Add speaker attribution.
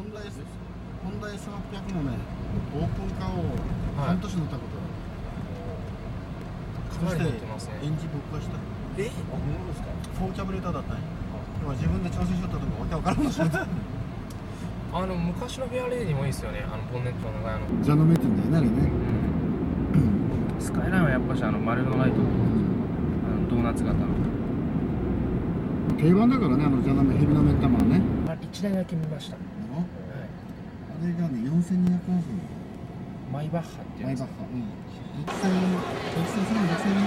Speaker 1: ンダ S ですホンダ S800 のねオープンカーを半年乗ったことある、
Speaker 2: かなり乗ってますね
Speaker 1: エンジンぶっ壊した
Speaker 2: えあ本当ですか
Speaker 1: フォーキャブレーターだったんやでも自分で調整しよったとこわけわからん のしよった
Speaker 2: あの昔のフェアレディもいいですよねあのボンネットの長屋の
Speaker 1: じゃのめってんだよねあれね
Speaker 2: スカイラインはやっぱしあの丸のライトあのドーナツ型の
Speaker 1: 定番だからねあのじゃのめヘビの目玉はね
Speaker 2: あ1台だけ見ました、は
Speaker 1: あ
Speaker 2: い、
Speaker 1: れがね4200オフ
Speaker 2: マイバッハって
Speaker 1: マ
Speaker 2: や
Speaker 1: イ
Speaker 2: つ
Speaker 1: バッハうん6000 6000 6000